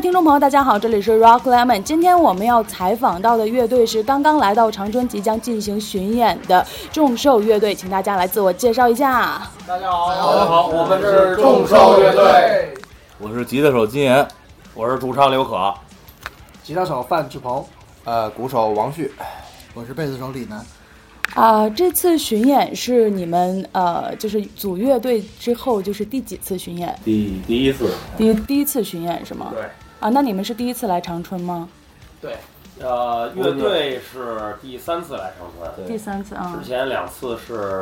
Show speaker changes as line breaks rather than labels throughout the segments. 听众朋友，大家好，这里是 Rock Lemon。今天我们要采访到的乐队是刚刚来到长春、即将进行巡演的众兽乐队，请大家来自我介绍一下。
大家好，大家
家好我们是
众
众
兽
兽
乐
乐
队
队，
我是吉他手金岩，我是主唱刘可。
吉他手范志鹏，
呃，鼓手王旭，
我是贝斯手李楠。
啊、这次巡演是你们呃，就是组乐队之后就是第几次巡演？
第第一次，
第第一次巡演是吗？
对。
啊，那你们是第一次来长春吗？
对，呃，乐队是第三次来长春，
第三次啊
之。前两次是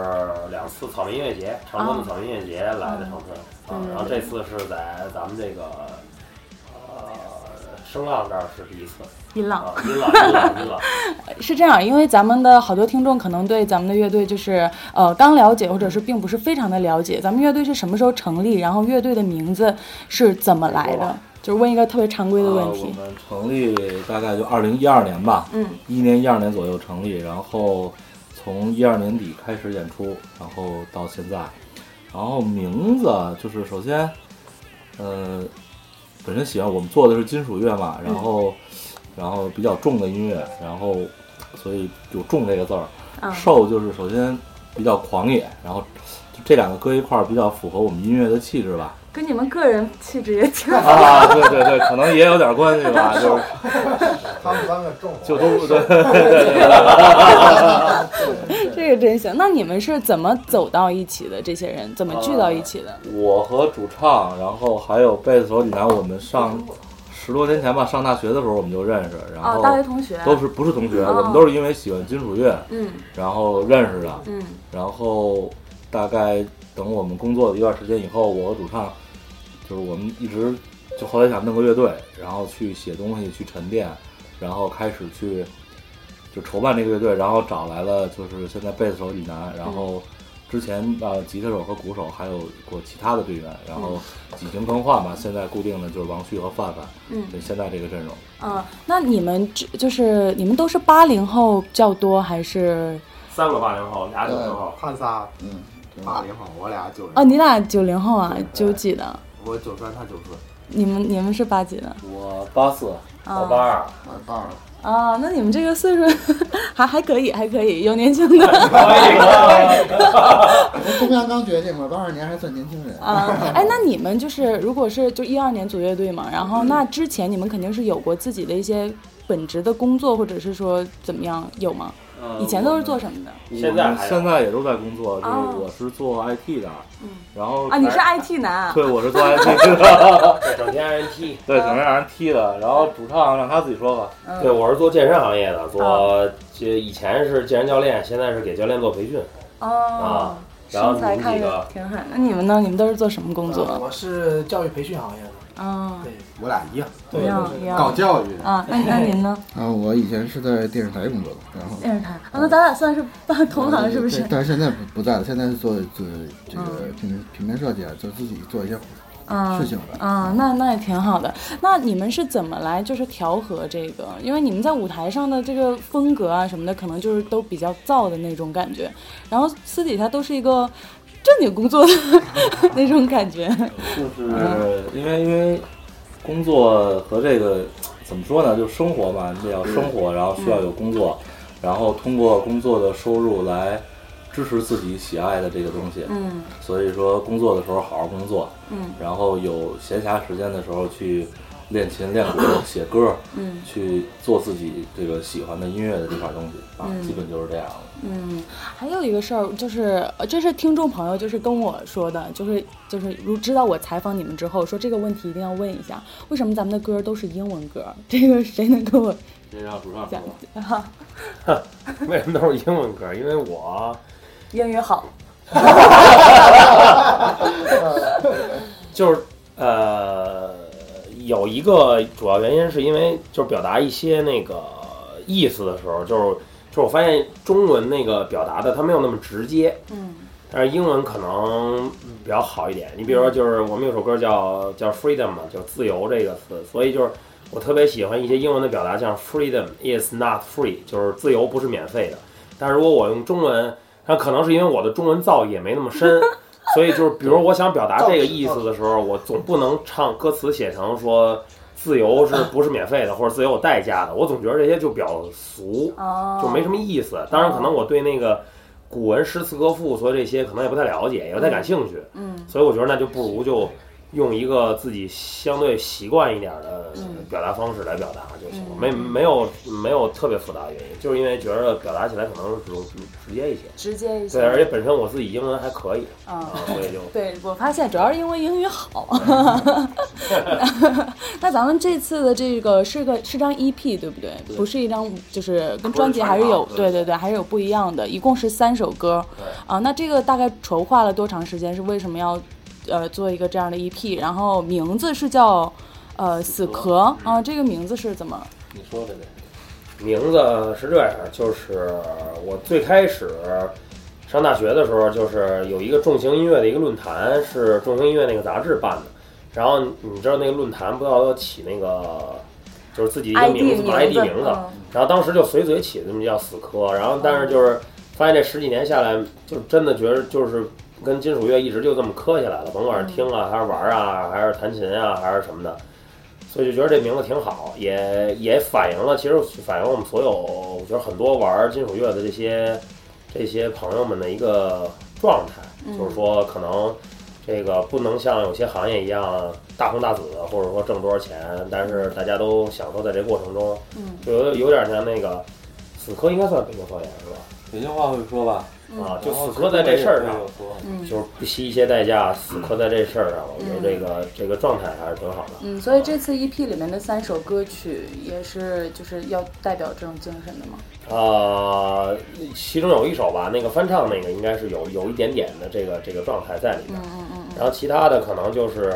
两次草莓音乐节，长
哦
春的草莓音乐节来的长春啊，
嗯
然后这次是在咱们这个呃声浪这儿是第一次
伊朗、
啊，音浪音浪 音浪，
是这样，因为咱们的好多听众可能对咱们的乐队就是呃刚了解，或者是并不是非常的了解。咱们乐队是什么时候成立？然后乐队的名字是怎么来的？就是问一个特别常规的问
啊我
题。
们成立大概就二零一二年吧，
嗯，
一年一二年左右成立，然后从一二年底开始演出，然后到现在，然后名字就是首先，呃，本身喜欢我们做的是金属乐嘛，
嗯
然后、然后比较重的音乐，然后所以有“重”这个字儿，
嗯
瘦就是首先比较狂野，然后就这两个搁一块儿比较符合我们音乐的气 质吧。
跟你们个人气质也挺好。
啊，对对对，可能也有点关系吧，就是
他们三个众
就都对，
这个真行。那你们是怎么走到一起的？这些人怎么聚
啊
到一起的？
我和主唱，然后还有贝斯手李楠，我们上十多年前吧，上大学的时候我们就认识，然
啊，
后
大学同学。
都是不是同学，
哦
我们都是因为喜欢金属乐，
嗯
然后认识的，
嗯
然后大概等我们工作一段时间以后，我和主唱就是我们一直就后来想弄个乐队，然后去写东西，去沉淀，然后开始去就筹办这个乐队，然后找来了就是现在贝斯手李楠，然
嗯
后之前呃吉他手和鼓手还有过其他的队员，然后几经更换吧，现在固定的就是王旭和范范，
嗯
对，现在这个阵容。
嗯。那你们这就是你们都是八零后较多，还是
三个八零后，俩九零后，
他仨
嗯，
八零后，我俩九零
哦？你俩九零后啊？九几的？
我九三，他九四，
你们你们是八几的？
我八四，
哦
我八二，
我到了，
啊，那你们这个岁数 还还可以，还可以，有年轻的
我中央刚决定嘛，多少年还算年轻人
啊。哎，那你们就是如果是就一二年组乐队嘛，然后那之前你们肯定是有过自己的一些本职的工作，或者是说怎么样，有吗？
嗯
以前都是做什么的？
现在
我们
还有
现在也都在工作，就是
哦
我是做 IT 的，然后
啊，你
还
是 IT 男，
对，我是做 IT 的，
这整天让人踢。
对，整天让人踢的。然后主唱让他自己说吧。
嗯
对，我是做健身行业的，做
啊
这以前是健身教练，现在是给教练做培训。
哦
啊，然后
身材
你们
看
几
着
个
挺狠。那你们呢？你们都是做什么工
呃
作？
我是教育培训行业的，
嗯
啊，
我俩一样，
一样一
搞
样。
教育的。
啊，那那您呢？
啊，我以前是在电视台工作的，然后
电视台啊，那咱俩算是半同行是不是
对？但是现在不不在了，现在是做做这个平面平面设计啊，就自己做一些
啊
事情吧。
啊，那那也挺好的。那你们是怎么来就是调和这个？因为你们在舞台上的这个风格啊什么的，可能就是都比较燥的那种感觉，然后私底下都是一个正经工 作的那种感觉。
就是因为因为工作和这个怎么说呢，就生活嘛，你得要生活，然后需要有工作，然后通过工作的收入来支持自己喜爱的这个东西。
嗯
所以说，工作的时候好好工作，
嗯
然后有闲暇时间的时候去练琴、练鼓、 写歌，
嗯
去做自己这个喜欢的音乐的这块东西啊，
嗯
基本就是这样了。
嗯。还有一个事儿就是，呃这是听众朋友就是跟我说的，就是就是如知道我采访你们之后，说这个问题一定要问一下，为什么咱们的歌都是英文歌？这个谁能跟我
这让主唱
讲？
为什么都是英文歌？因为我
英语好。
就是呃，有一个主要原因是因为就是表达一些那个意思的时候，就是就是我发现中文那个表达的它没有那么直接，
嗯
但是英文可能比较好一点。你比如说，就是我们有首歌叫叫 freedom 嘛，叫自由这个词，所以就是我特别喜欢一些英文的表达，像 freedom is not free，就是自由不是免费的。但是如果我用中文，那可能是因为我的中文造诣也没那么深，所以就是比如我想表达这个意思的时候，我总不能唱歌词写成说。自由是不是免费的，或者自由有代价的，我总觉得这些就比较俗，
哦，
就没什么意思。当然，可能我对那个古文诗词歌赋所有这些可能也不太了解，也不太感兴趣，
嗯
所以我觉得那就不如就用一个自己相对习惯一点的
嗯
表达方式来表达就行了
嗯，
没没有没有特别复杂的原因，就是因为觉得表达起来可能直直接一些。
直接一些
对，而且本身我自己英文还可以
嗯
啊，所以就
对，我发现主要是因为英语 好。那咱们这次的这个是个是张 EP 对不对？不是一张，就是跟专辑还是有
不是
对
全
对对，还是有不一样的，一共是三首歌。啊，那这个大概筹划了多长时间？是为什么要呃做一个这样的 EP？然后名字是叫呃死壳啊，这个名字是怎么？
你说的呗。
名字是这样，就是我最开始上大学的时候，就是有一个重型音乐的一个论坛，是重型音乐那个杂志办的。然后你知道那个论坛不知道要起那个，就是自己一个
ID
名字嘛
名
，ID
字
名字
嗯。
然后当时就随嘴起这么叫死磕，然后但是就是发现这十几年下来，就真的觉得就是跟金属乐一直就这么磕下来了，甭
嗯
管是听啊，还是玩啊，还是弹琴啊，还是什么的。所以就觉得这名字挺好，也也反映了，其实反映了我们所有，我觉得很多玩金属乐的这些这些朋友们的一个状态，
嗯
就是说可能这个不能像有些行业一样大红大紫，或者说挣多少钱，但是大家都享受在这过程中，
嗯
就有有点像那个死磕，应该算北京方言是吧？
北京话会说吧，
啊，就
然后
死磕在这事儿上，
有说
嗯
就是不惜一切代价死磕在这事儿上，我觉得
嗯
这个这个状态还是挺好的。
嗯，所以这次 EP 里面的三首歌曲也是就是要代表这种精神的吗？
呃，其中有一首吧，那个翻唱那个应该是有有一点点的这个这个状态在里面，
嗯嗯嗯
然后其他的可能就是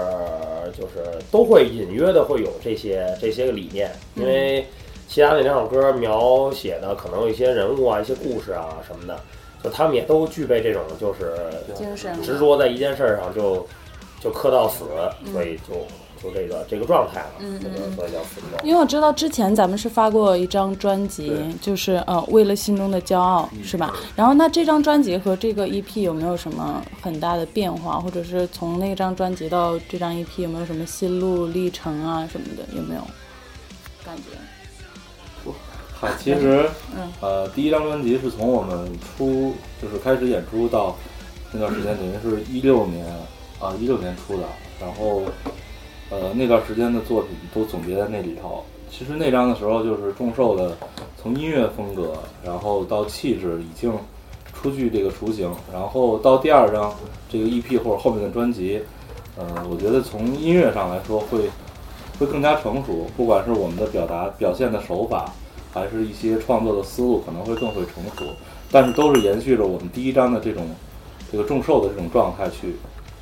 就是都会隐约的会有这些这些个理念，因
嗯
为其他那两首歌描写的可能有一些人物啊、一些故事啊什么的，就他们也都具备这种就是
嗯，精神。
执着在一件事儿上就就磕到死，所以就就这个这个状态了，
嗯
这个
嗯
所以叫死磕。
因为我知道之前咱们是发过一张专辑，就是呃，为了心中的骄傲，是吧？然后那这张专辑和这个 EP 有没有什么很大的变化，或者是从那张专辑到这张 EP 有没有什么心路历程啊什么的？有没有感觉？
嗨，其实，
嗯
呃，第一张专辑是从我们出就是开始演出到那段时间，等于是一六年啊，一六年出的。然后，呃，那段时间的作品都总结在那里头。其实那张的时候，就是众兽的从音乐风格，然后到气质已经出具这个雏形。然后到第二张这个 EP 或者后面的专辑，呃，我觉得从音乐上来说会会更加成熟，不管是我们的表达表现的手法，还是一些创作的思路可能会更会成熟，但是都是延续着我们第一章的这种这个众兽的这种状态去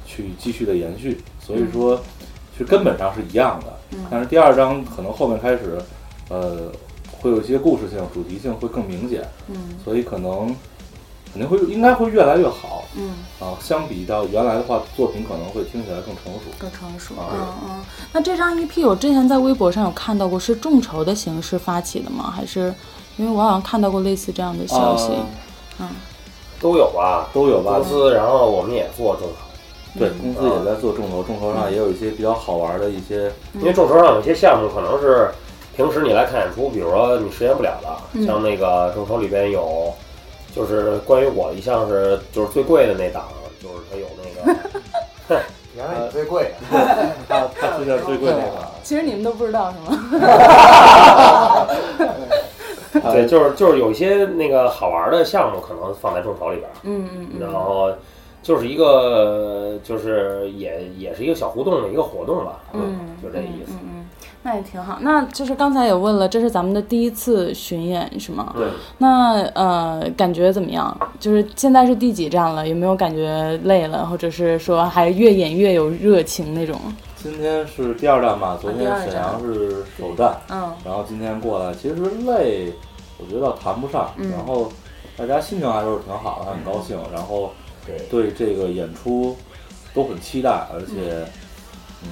去继续的延续，所以说其实根本上是一样的
嗯，
但是第二章可能后面开始，呃，会有一些故事性、主题性会更明显，
嗯
所以可能肯定会应该会越来越好
嗯，
啊，相比到原来的话，作品可能会听起来更成熟。
更成熟。
啊
嗯嗯。那这张 EP 我之前在微博上有看到过，是众筹的形式发起的吗？还是因为我好像看到过类似这样的消息？
啊
都有吧，
都有吧
公，司，然后我们也做众筹。
对，公司
啊
也在做众筹，众筹
嗯
上也有一些比较好玩的一些，
因为众筹上有些项目可能是平时你来看演出，比如说你实现不了的，
嗯
像那个众筹里边有，就是关于我一项是就是最贵的那档，就是它有 那个
原来你最贵，
他他出现最贵那
其实你们都不知道是吗？
个，
对，就是就是有一些那个好玩的项目可能放在众筹里边，
嗯嗯嗯。
然后就是一个就是也也是一个小互动的一个活动吧，
嗯，
就这意思
嗯。嗯嗯，那也挺好。那就是刚才也问了，这是咱们的第一次巡演是吗？
对，
那呃，感觉怎么样？就是现在是第几站了？有没有感觉累了，或者是说还越演越有热情那种？
今天是第二站吧，昨天沈阳是首站，
嗯
然后今天过来，其实累，我觉得谈不上，
嗯
然后大家心情还是挺好的，很高兴，然后
对
对这个演出都很期待，而且，嗯，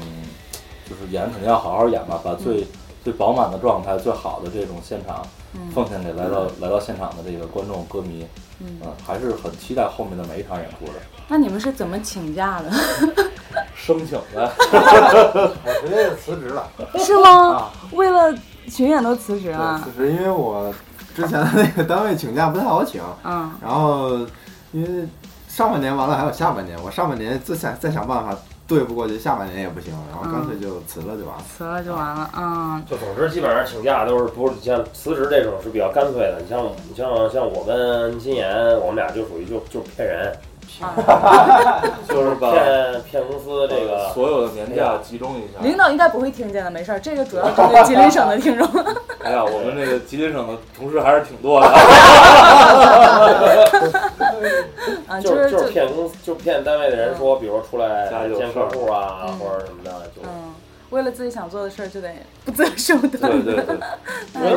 就是演肯定要好好演吧，把最最饱满的状态、最好的这种现场
嗯
奉献给来到来到现场的这个观众歌迷，
嗯。
嗯，还是很期待后面的每一场演出的。
那你们是怎么请假的？
申请 的，
我直接就辞职了。
是
啊
吗？为了巡演都辞职
对，
啊
辞？职，因为我之前的那个单位请假不太好请，
嗯
然后因为上半年完了还有下半年，我上半年再想再想办法对付过去，下半年也不行，然后干脆就辞了就完了。
辞了就完了，嗯
就总之基本上请假都是不是像辞职这种是比较干脆的。你像你像像我跟金岩，我们俩就属于就就骗人，
就是把
骗骗公司这
呃
个。
所有的年假集中一下。
领导应该不会听见的，没事儿，这个主要针 对吉林省的听众。
哎呀，我们那个吉林省的同事还是挺多的。
啊，
就是是就嗯
就是
骗公司，就骗单位的人说，比如说出来
家里有
见
事
客
儿
户啊，
嗯
或者什么的，就
嗯，为了自己想做的事儿就得不择手段。
对对 对，呃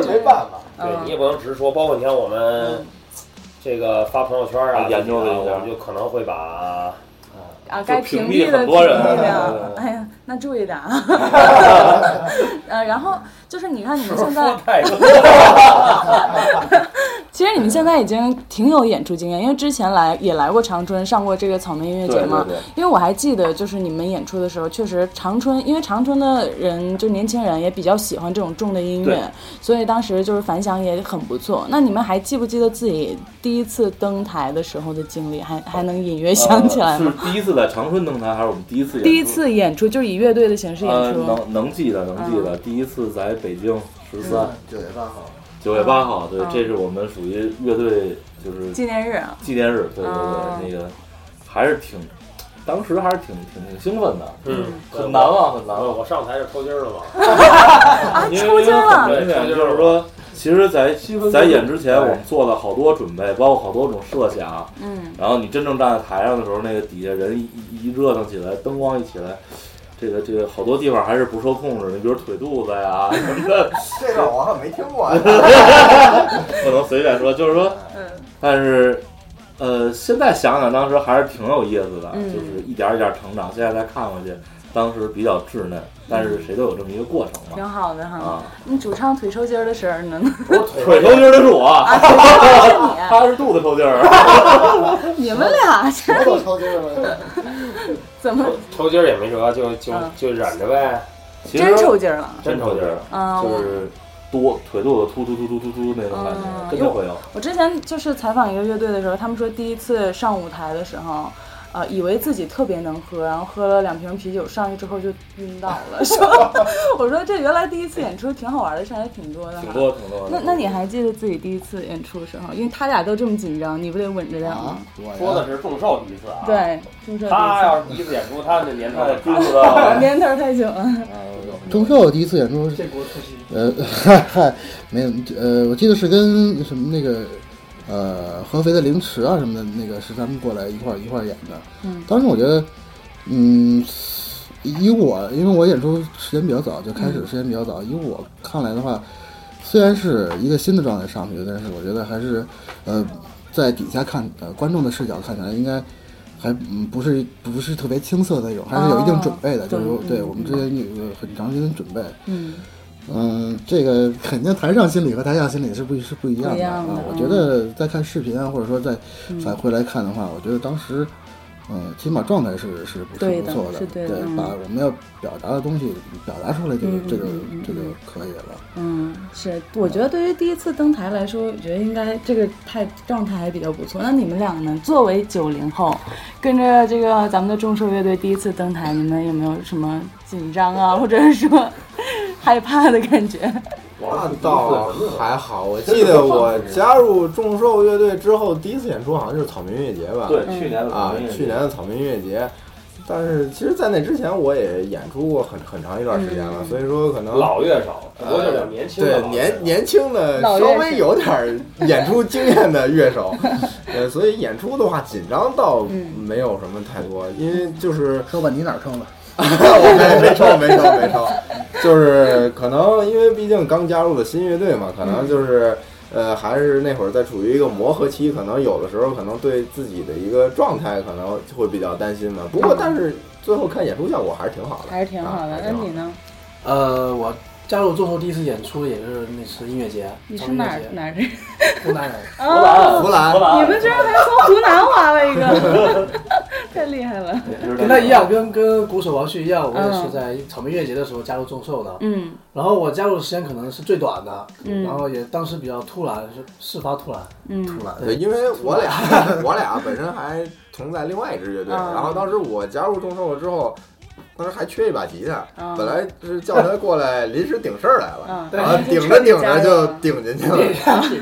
也没办法，
对
嗯
你也不能直说。包括你看我们
嗯
这个发朋友圈啊，
研究了一下
自己啊我们就可能 会把
啊，该
屏
屏
蔽
的
很
屏
多人啊
蔽
对
掉
对。对
哎呀，那注意点啊。 呃，然后就是你看你们现 在，
太多。
其实你们现在已经挺有演出经验，因为之前来也来过长春，上过这个草莓音乐节嘛。
对对对
因为我还记得，就是你们演出的时候，确实长春，因为长春的人就年轻人也比较喜欢这种重的音乐
对，
所以当时就是反响也很不错。那你们还记不记得自己第一次登台的时候的经历？还还能隐约想起来
呃是
吗？
第一次在长春登台，还是我们第一次演出？
第一次演出就是以乐队的形式演
呃，
出，嗯
能能记得，能记得，第一次在北京十三
九月八号，
九月八号，对
嗯，
这是我们属于乐队就是
纪念日啊。
纪念日，对对
哦
对，那个还是挺，当时还是挺挺挺兴奋的，
嗯，
很难嗯忘，很难啊
我
忘，
我上台就抽筋儿了嘛。
啊，
因为
抽筋了！
因为很明显
对
就是说，其实在
奋
在演之前，
对
我们做了好多准备，包括好多种设想，
嗯，
然后你真正站在台上的时候，那个底下人一一一热闹起来，灯光一起来。这个这个好多地方还是不受控制的，比如腿肚子 呀什么的，
这个我可没听过。
不能随便说。就是说，
嗯
但是，呃，现在想想当时还是挺有意思的，
嗯
就是一点儿一点儿成长。现在再看回去，当时比较稚嫩，但是谁都有这么一个过程嘛。
挺好的哈。
啊，
你主唱腿抽筋儿的时候呢？
不 是
腿抽筋儿的是我，
啊是
他是肚子抽 筋儿。
你，你们俩这
我抽筋了。
怎么
抽筋儿也没辙，就就
嗯
就忍着呗，
其实
真抽筋儿了？
真抽筋儿，
啊，
就
我
是多腿肚子突突突突突突那种感
嗯
觉，真的会有。
我之前就是采访一个乐队的时候，他们说第一次上舞台的时候。呃，以为自己特别能喝，然后喝了两瓶啤酒上去之后就晕倒 了。说，我说这原来第一次演出挺好玩的事儿还挺多的哈。
挺多挺多的。
那那你还记得自己第一次演出的时候？因为他俩都这么紧张，你不得稳着点
啊
吗？，
嗯
我
说的
呀
是重受第一次啊。。
对，注射
他
第
要是第一次演出，他那年头
哎
也追不到。
年头太久了。
呃中秀第一次演出，
这国出息，
呃， 嗨嗨，没有，呃，我记得是跟什么那个，呃，合肥的凌迟啊什么的，那个是他们过来一块儿一块儿演的。
嗯
当时我觉得，嗯，以我因为我演出时间比较早，就开始
嗯
的时间比较早，以我看来的话，虽然是一个新的状态上去，但是我觉得还是，呃，在底下看，呃，观众的视角看起来应该。还嗯不是不是特别青涩的那种，还是有一定准备的，
哦
就是说
嗯
对
嗯
我们之前有一个很长时间的准备，
嗯
嗯，这个肯定台上心理和台下心理是不是不一
不
样
一
的
样的
啊。我
嗯
觉得在看视频啊，或者说在返回来看的话，我觉得当时，嗯，起码状态是是不
对
是
的
不错
是对
对
的嗯，
把我们要表达的东西表达出来，这
嗯
个
嗯
这个
嗯嗯
这个
嗯
可以了。
嗯，是，我觉得对于第一次登台来说，我觉得应该这个态状态还比较不错。那你们俩呢？作为九零后，跟着这个咱们的众兽乐队第一次登台，你们有没有什么紧张啊，或者是说 害怕的感觉？
那倒还好，我记得我加入众兽乐队之后，第一次演出好像就是草莓音乐节吧？
对
嗯
去年的草
啊
莓音乐，节
去年的草莓音乐节。但是其实，在那之前我也演出过很很长一段时间了，
嗯
所以说可能
老乐手，只不过就是年轻的老
对
乐手。
年年轻的
老
呃稍
乐手
微有点儿演出经验的乐手，呃，所以演出的话紧张倒
嗯
没有什么太多，因为就是
说吧，你哪儿称吧？
我没没抽没抽没抽，就是可能因为毕竟刚加入的新乐队嘛，可能就是呃还是那会儿在处于一个磨合期，可能有的时候可能对自己的一个状态可能会比较担心嘛。不过但是最后看演出效果还是挺好的，
还是挺好的
啊。
那
还挺好
你呢？
呃，我加入众筹第一次演出也就是那次音乐节，
你
草
是
莓音乐
哪儿
节？
哪儿人？啊哦，
湖南人。
湖南
荷兰
你们居然还从湖南挖了一个，太厉害了。
跟他一样，跟跟鼓手王旭一样，我也是在草莓音乐节的时候加入众兽的。
嗯
然后我加入的时间可能是最短的，
嗯
然后也当时比较突然，是事发突然。
嗯
出来 对，因为我 俩我俩本身还同在另外一支乐队，
啊
然后当时我加入众兽了之后，当时还缺一把吉他，
啊
本来是叫他过来临时顶事儿来了
嗯，
然后顶着顶着就顶进去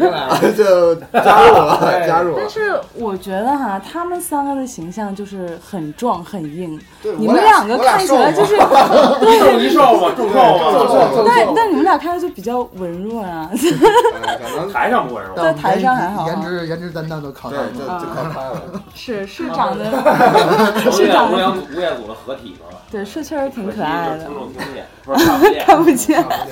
了， 就加入了，加入了
但。是我觉得哈，他们三个的形象就是很壮很硬，
对
你
我
们两个
我俩
看 起来
瘦
就
嘛
是，
重一瘦嘛，重瘦
哦
嘛，
但但你们俩看着就比较文弱啊，
哎可能
台上不会是吧？
在台上还好啊
颜值颜值担当都考上
对，就就
了。
靠他
嗯
了。
是是长得，
吴
是
彦
长
吴
得
彦祖吴彦祖的合体 嘛，
对，是确实挺
合体
可爱
就是
的
听，众听不见，不是看 不见。
看不见，
啊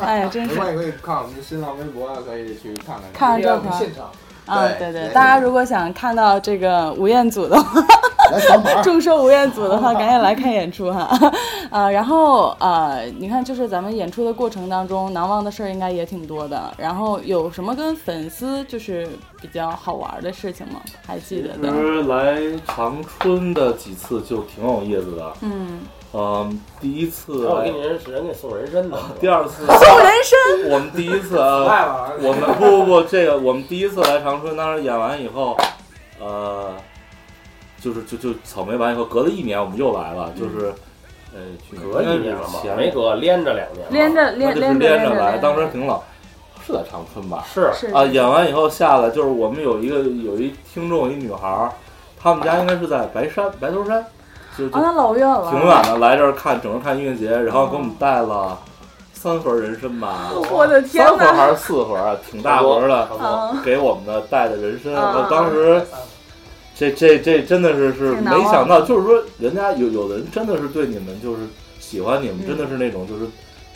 哎呀，真
没
是
关系，可以看我们的新浪微博啊，可以去看看。
看了照片
现场，
啊，
对
对对，
对
大家如果想看到这个吴彦祖的话。
来扫 码，
众说无彦祖的 话，赶紧来看演出哈。 啊，然后呃，你看，就是咱们演出的过程当中，难忘的事儿应该也挺多的。然后有什么跟粉丝就是比较好玩的事情吗？还记得
其
的？
实来长春的几次就挺有意思的，
嗯，
嗯，第一次
我
来
给，你人人给送人参的，
第二 次
送人参，
我们第一次啊，我们不不不，这个我们第一次来长春，当时演完以后，呃，就是就就草莓完以后，隔了一年我们又来了，就是，呃，去年
嗯隔一年了嘛
应该是，前
没隔，连着两年了，
连着
那
连
就是
连着
着来，当时
着
挺老，是在长春吧？
是
是
啊，演完以后下来，就是我们有一个有一听众，一女孩儿，他们家应该是在白山白头山，就就
啊，那老远了，
挺远的，来这儿看整个看音乐节，然后给我们带了三盒人参吧，
我的哦天
三盒
哪！
还是四盒啊，挺大盒的，
啊，
给我们的带的人参，
啊
我当时。这这这真的是是
挺难
没
忘
想到，就是说人家有有的人真的是对你们就是喜欢你们，
嗯
真的是那种就是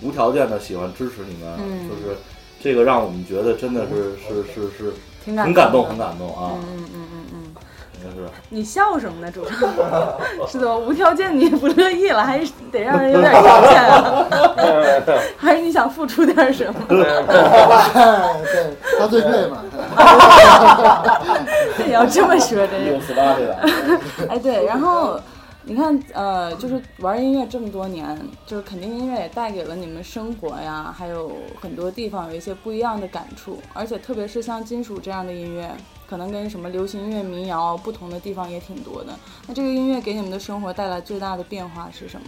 无条件的喜欢支持你们，啊
嗯
就是这个让我们觉得真的是是是是
挺
很感动很感动啊
嗯，嗯嗯嗯嗯，
应该是
你笑什么呢，主唱？是的，无条件你不乐意了，还是得让人有点条件啊？还是你想付出点什么？
哎对，他最配嘛。
也要这么说，真
用
是。
斯巴利的，
哎，对，然后你看，呃，就是玩音乐这么多年，就是肯定音乐也带给了你们生活呀，还有很多地方有一些不一样的感触，而且特别是像金属这样的音乐，可能跟什么流行音乐、民谣不同的地方也挺多的。那这个音乐给你们的生活带来最大的变化是什么？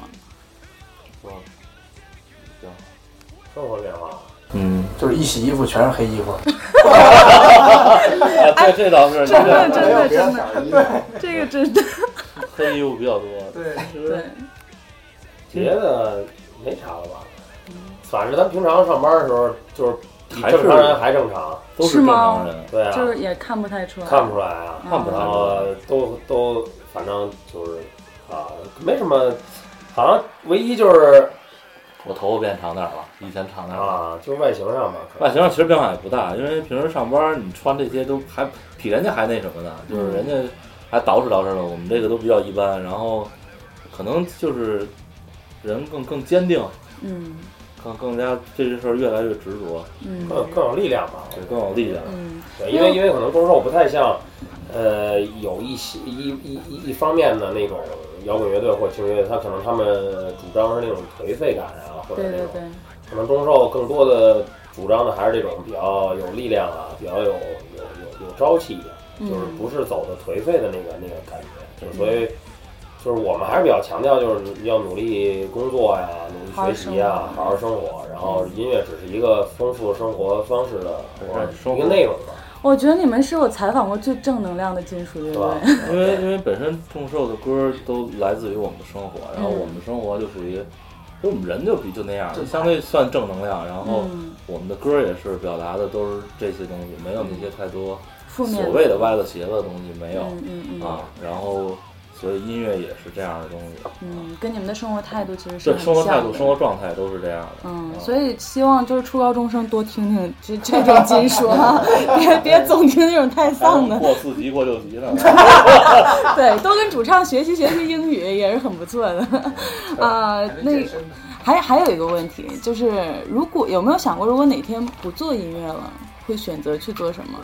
生活变化。
嗯，
就是一洗衣服全是黑衣服，
啊，
哎
这这倒是，
真的，真的，
这
真的，这个真的，
黑衣服比较多，
对，
别的没啥了吧？
嗯
反正咱平常上班的时候，就是比
还是
正常人还正常，
都
是
正
吗
常人，
对啊，
就是也看不太出来。
看不出来啊，
看不出来
然后都都反正就是啊，没什么，好像唯一就是
我头发变长点儿了，以前长点儿了。
啊，就是外形上吧，
嗯
可能
外形上其实变化也不大，因为平时上班你穿这些都还比人家还那什么呢，就是人家还捯饬捯饬了，我们这个都比较一般，然后可能就是人更更坚定，
嗯
更更加对这事儿越来越执着，
嗯
更更有力量吧，
对，更有力量。
嗯
对，因为因为可能中寿不太像，呃，有一些一一一一方面的那种摇滚乐队或轻音乐，他可能他们主张是那种颓废感啊，或者
对
那
对
种
对，
可能中寿更多的主张的还是这种比较有力量啊，比较有有有有朝气一点，就是
嗯
不是走的颓废的那个那个感觉，就所以就是我们还是比较强调就是要努力工作呀，
好
努
好
力学习呀
生，活嗯
好好生活，然后音乐只是一个丰富生活方式的或者
生活
一个内容吧，
我觉得你们是我采访过最正能量的金属乐
对吧
队。？
因为因为本身众兽的歌都来自于我们的生活，然后我们的生活就属于，就我们人就比就那样，就相对算正能量，然后
嗯，
我们的歌也是表达的都是这些东西，没有那些太多。
负面
所谓的歪了邪了的东西没有、
嗯嗯嗯
啊，然后所以音乐也是这样的东西，
嗯，跟你们的生活态度其实是
这
很
生活态
像
度、
的
生活状态都是这样的。
嗯，
啊
所以希望就是初高中生多听听这这种金属啊， 别别总听那种太
还
丧
能
的。
过四级过六级 呢，
对，多跟主唱学习学习英语也是很不错 的。啊，那还还有一个问题就是，如果有没有想过，如果哪天不做音乐了，会选择去做什么？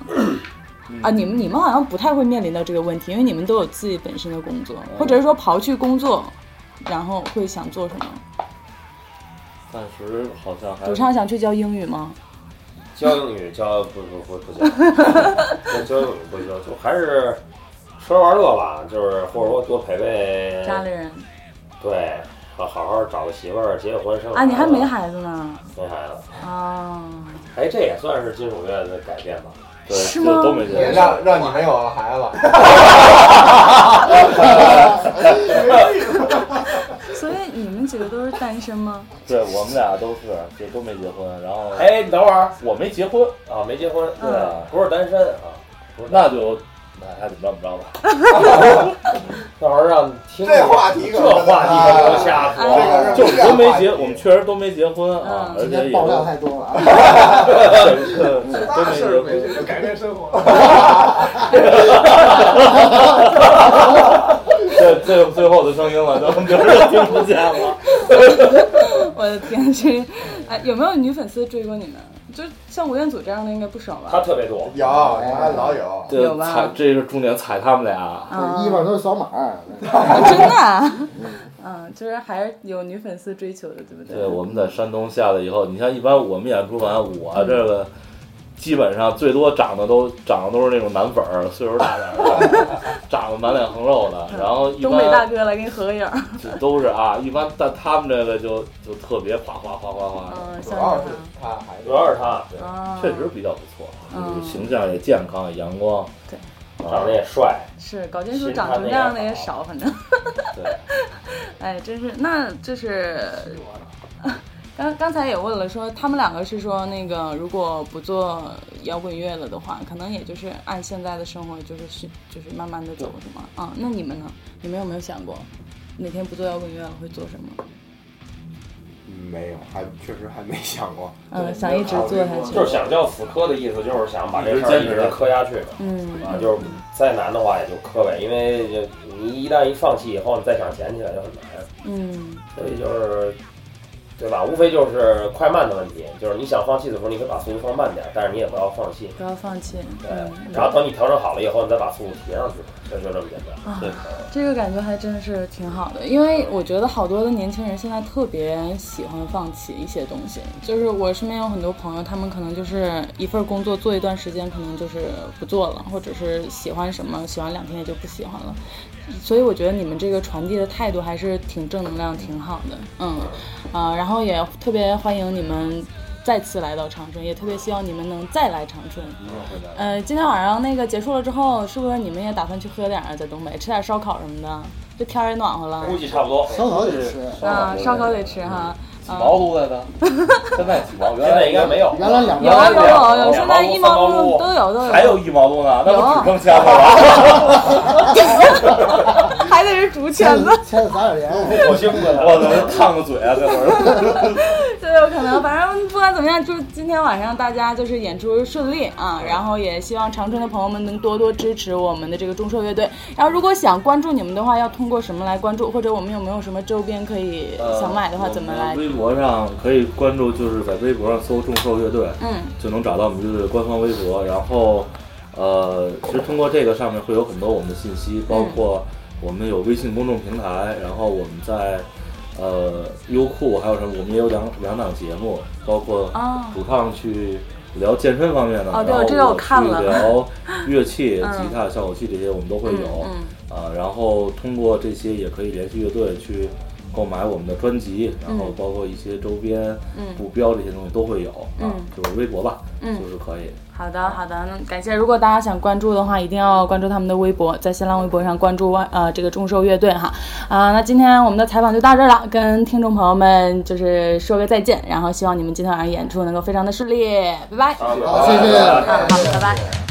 啊，你们你们好像不太会面临到这个问题，因为你们都有自己本身的工作，或者是说刨去工作，然后会想做什么？
暂时好像还
主唱想去教英语吗？
教英语教不不不 不教，教英语不教，就还是 吃喝玩乐吧，就是或者说多陪陪
家里人
对，好好好找个媳妇儿，结个婚生个
啊，你还没
孩子
孩子呢
没孩 子，
啊？
哎，这也算是金属乐的改变吧。
对
是
就
吗
都没见过。
让让你没有了孩子，
所以你们几个都是单身吗？
对我们俩都是就都没结婚，然后
哎，你等会儿
我没结婚，
啊，没结婚，
嗯
对啊，
不是单身啊，不是单
那就那还怎么着怎么着吧。
那会儿让听
这话题可
这话题可能
啊
吓死我
哎
了。
这
啊就
个
是
是
都没结，我们确实都没结婚啊
嗯，
而
今
且
天
也
爆
都
料太 多了啊！
都
啊
没结婚。
就改变生活。
这这最后的声音了，都都听不见了。
我的天，这哎有没有女粉丝追过你们？就像吴彦祖这样的应该不少
他
吧？
特别多，
有，他老有。
有
这
吧
踩，这是重点踩他们俩。
啊
衣，裳都是扫码儿，
真的啊，嗯，就是还是有女粉丝追求的，对不
对，我们在山东下来以后，你像一般我们演出完，我这个基本上最多长得都长得都是那种男粉儿，岁数大点儿的，长得满脸横肉的，然后一
嗯东北大
般
哥来给你合个影儿，
就都是啊，一般但他们这个就就特别哗哗哗哗哗的，
嗯，
主
像
要
这
是他还
主要是他
样啊，
确实比较不错，
嗯
就是形象也健康，也阳光，啊
对
长得也帅，
是搞金属长成这样的也少，反正。
对，
哎，真是，那就是，刚刚才也问了说，他们两个是说那个，如果不做摇滚乐了的话，可能也就是按现在的生活，就是去，就是慢慢的走，是吗？啊，那你们呢？你们有没有想过，哪天不做摇滚乐了会做什么？
没有，还确实还没想过。
嗯，想一直做下去。
就是想叫死磕的意思，就是想把这事嗯儿一直磕下去
嗯，
啊，就是再难的话也就磕呗，因为就你一旦一放弃以后，你再想捡起来就很难，
嗯，
所以就是。对吧？无非就是快慢的问题，就是你想放弃的时候，你可以把速度放慢点，但是你也不要放弃。
不要放弃。
对，
嗯，
然后等你调整好了以后，你再把速度提上去，就就这么简单。
啊
嗯
这个感觉还真是挺好的，因为我觉得好多的年轻人现在特别喜欢放弃一些东西。就是我身边有很多朋友，他们可能就是一份工作做一段时间，可能就是不做了，或者是喜欢什么喜欢两天也就不喜欢了。所以我觉得你们这个传递的态度还是挺正能量，挺好的。嗯，啊、然后也特别欢迎你们再次来到长春，也特别希望你们能再来长春。呃，今天晚上那个结束了之后，是不是你们也打算去喝点儿啊？在东北吃点烧烤什么的，这天儿也暖和了
估计差不多。
烧烤得吃。
啊，烧烤得吃哈。
几毛撸来 的，现在几毛？
现在应该没有，
原来两
嗯有啊
边
有
两毛
有有，现在一毛
两毛
都
五
都有都有，
还有一毛多呢，那
有
不只剩下了吗？
还得是竹
签
签
子
子，
签子撒点盐，
我兴奋
我操，烫个嘴啊，这会儿。
都有可能。反正不管怎么样，祝今天晚上大家就是演出顺利啊！然后也希望长春的朋友们能多多支持我们的这个中硕乐队。然后如果想关注你们的话，要通过什么来关注？或者我们有没有什么周边可以想买的话，怎么来
呃我？们微博上可以关注，就是在微博上搜“众兽乐队”，
嗯
就能找到我们乐队的官方微博。然后，呃，其实通过这个上面会有很多我们的信息，
嗯
包括我们有微信公众平台，然后我们在呃优酷还有什么，我们也有两两档节目，包括
啊
主唱去。聊健身方面的，
哦对
然后
这个我
去
看了
聊乐 器、
嗯
吉他、效果器这些，我们都会
嗯
有。
嗯。
啊，然后通过这些也可以联系乐队去购买我们的专辑，然后包括一些周边、
嗯
布标这些东西都会有
嗯
啊，就是微博吧，
嗯
就是可以。
好的，好的，那感谢。如果大家想关注的话，一定要关注他们的微博，在新浪微博上关注万呃这个众兽乐队哈。啊、那今天我们的采访就到这儿了，跟听众朋友们就是说个再
啊
嗯见，然后希望你们今天晚上演出能够非常的顺利，拜拜。好，
好，谢谢。
拜拜。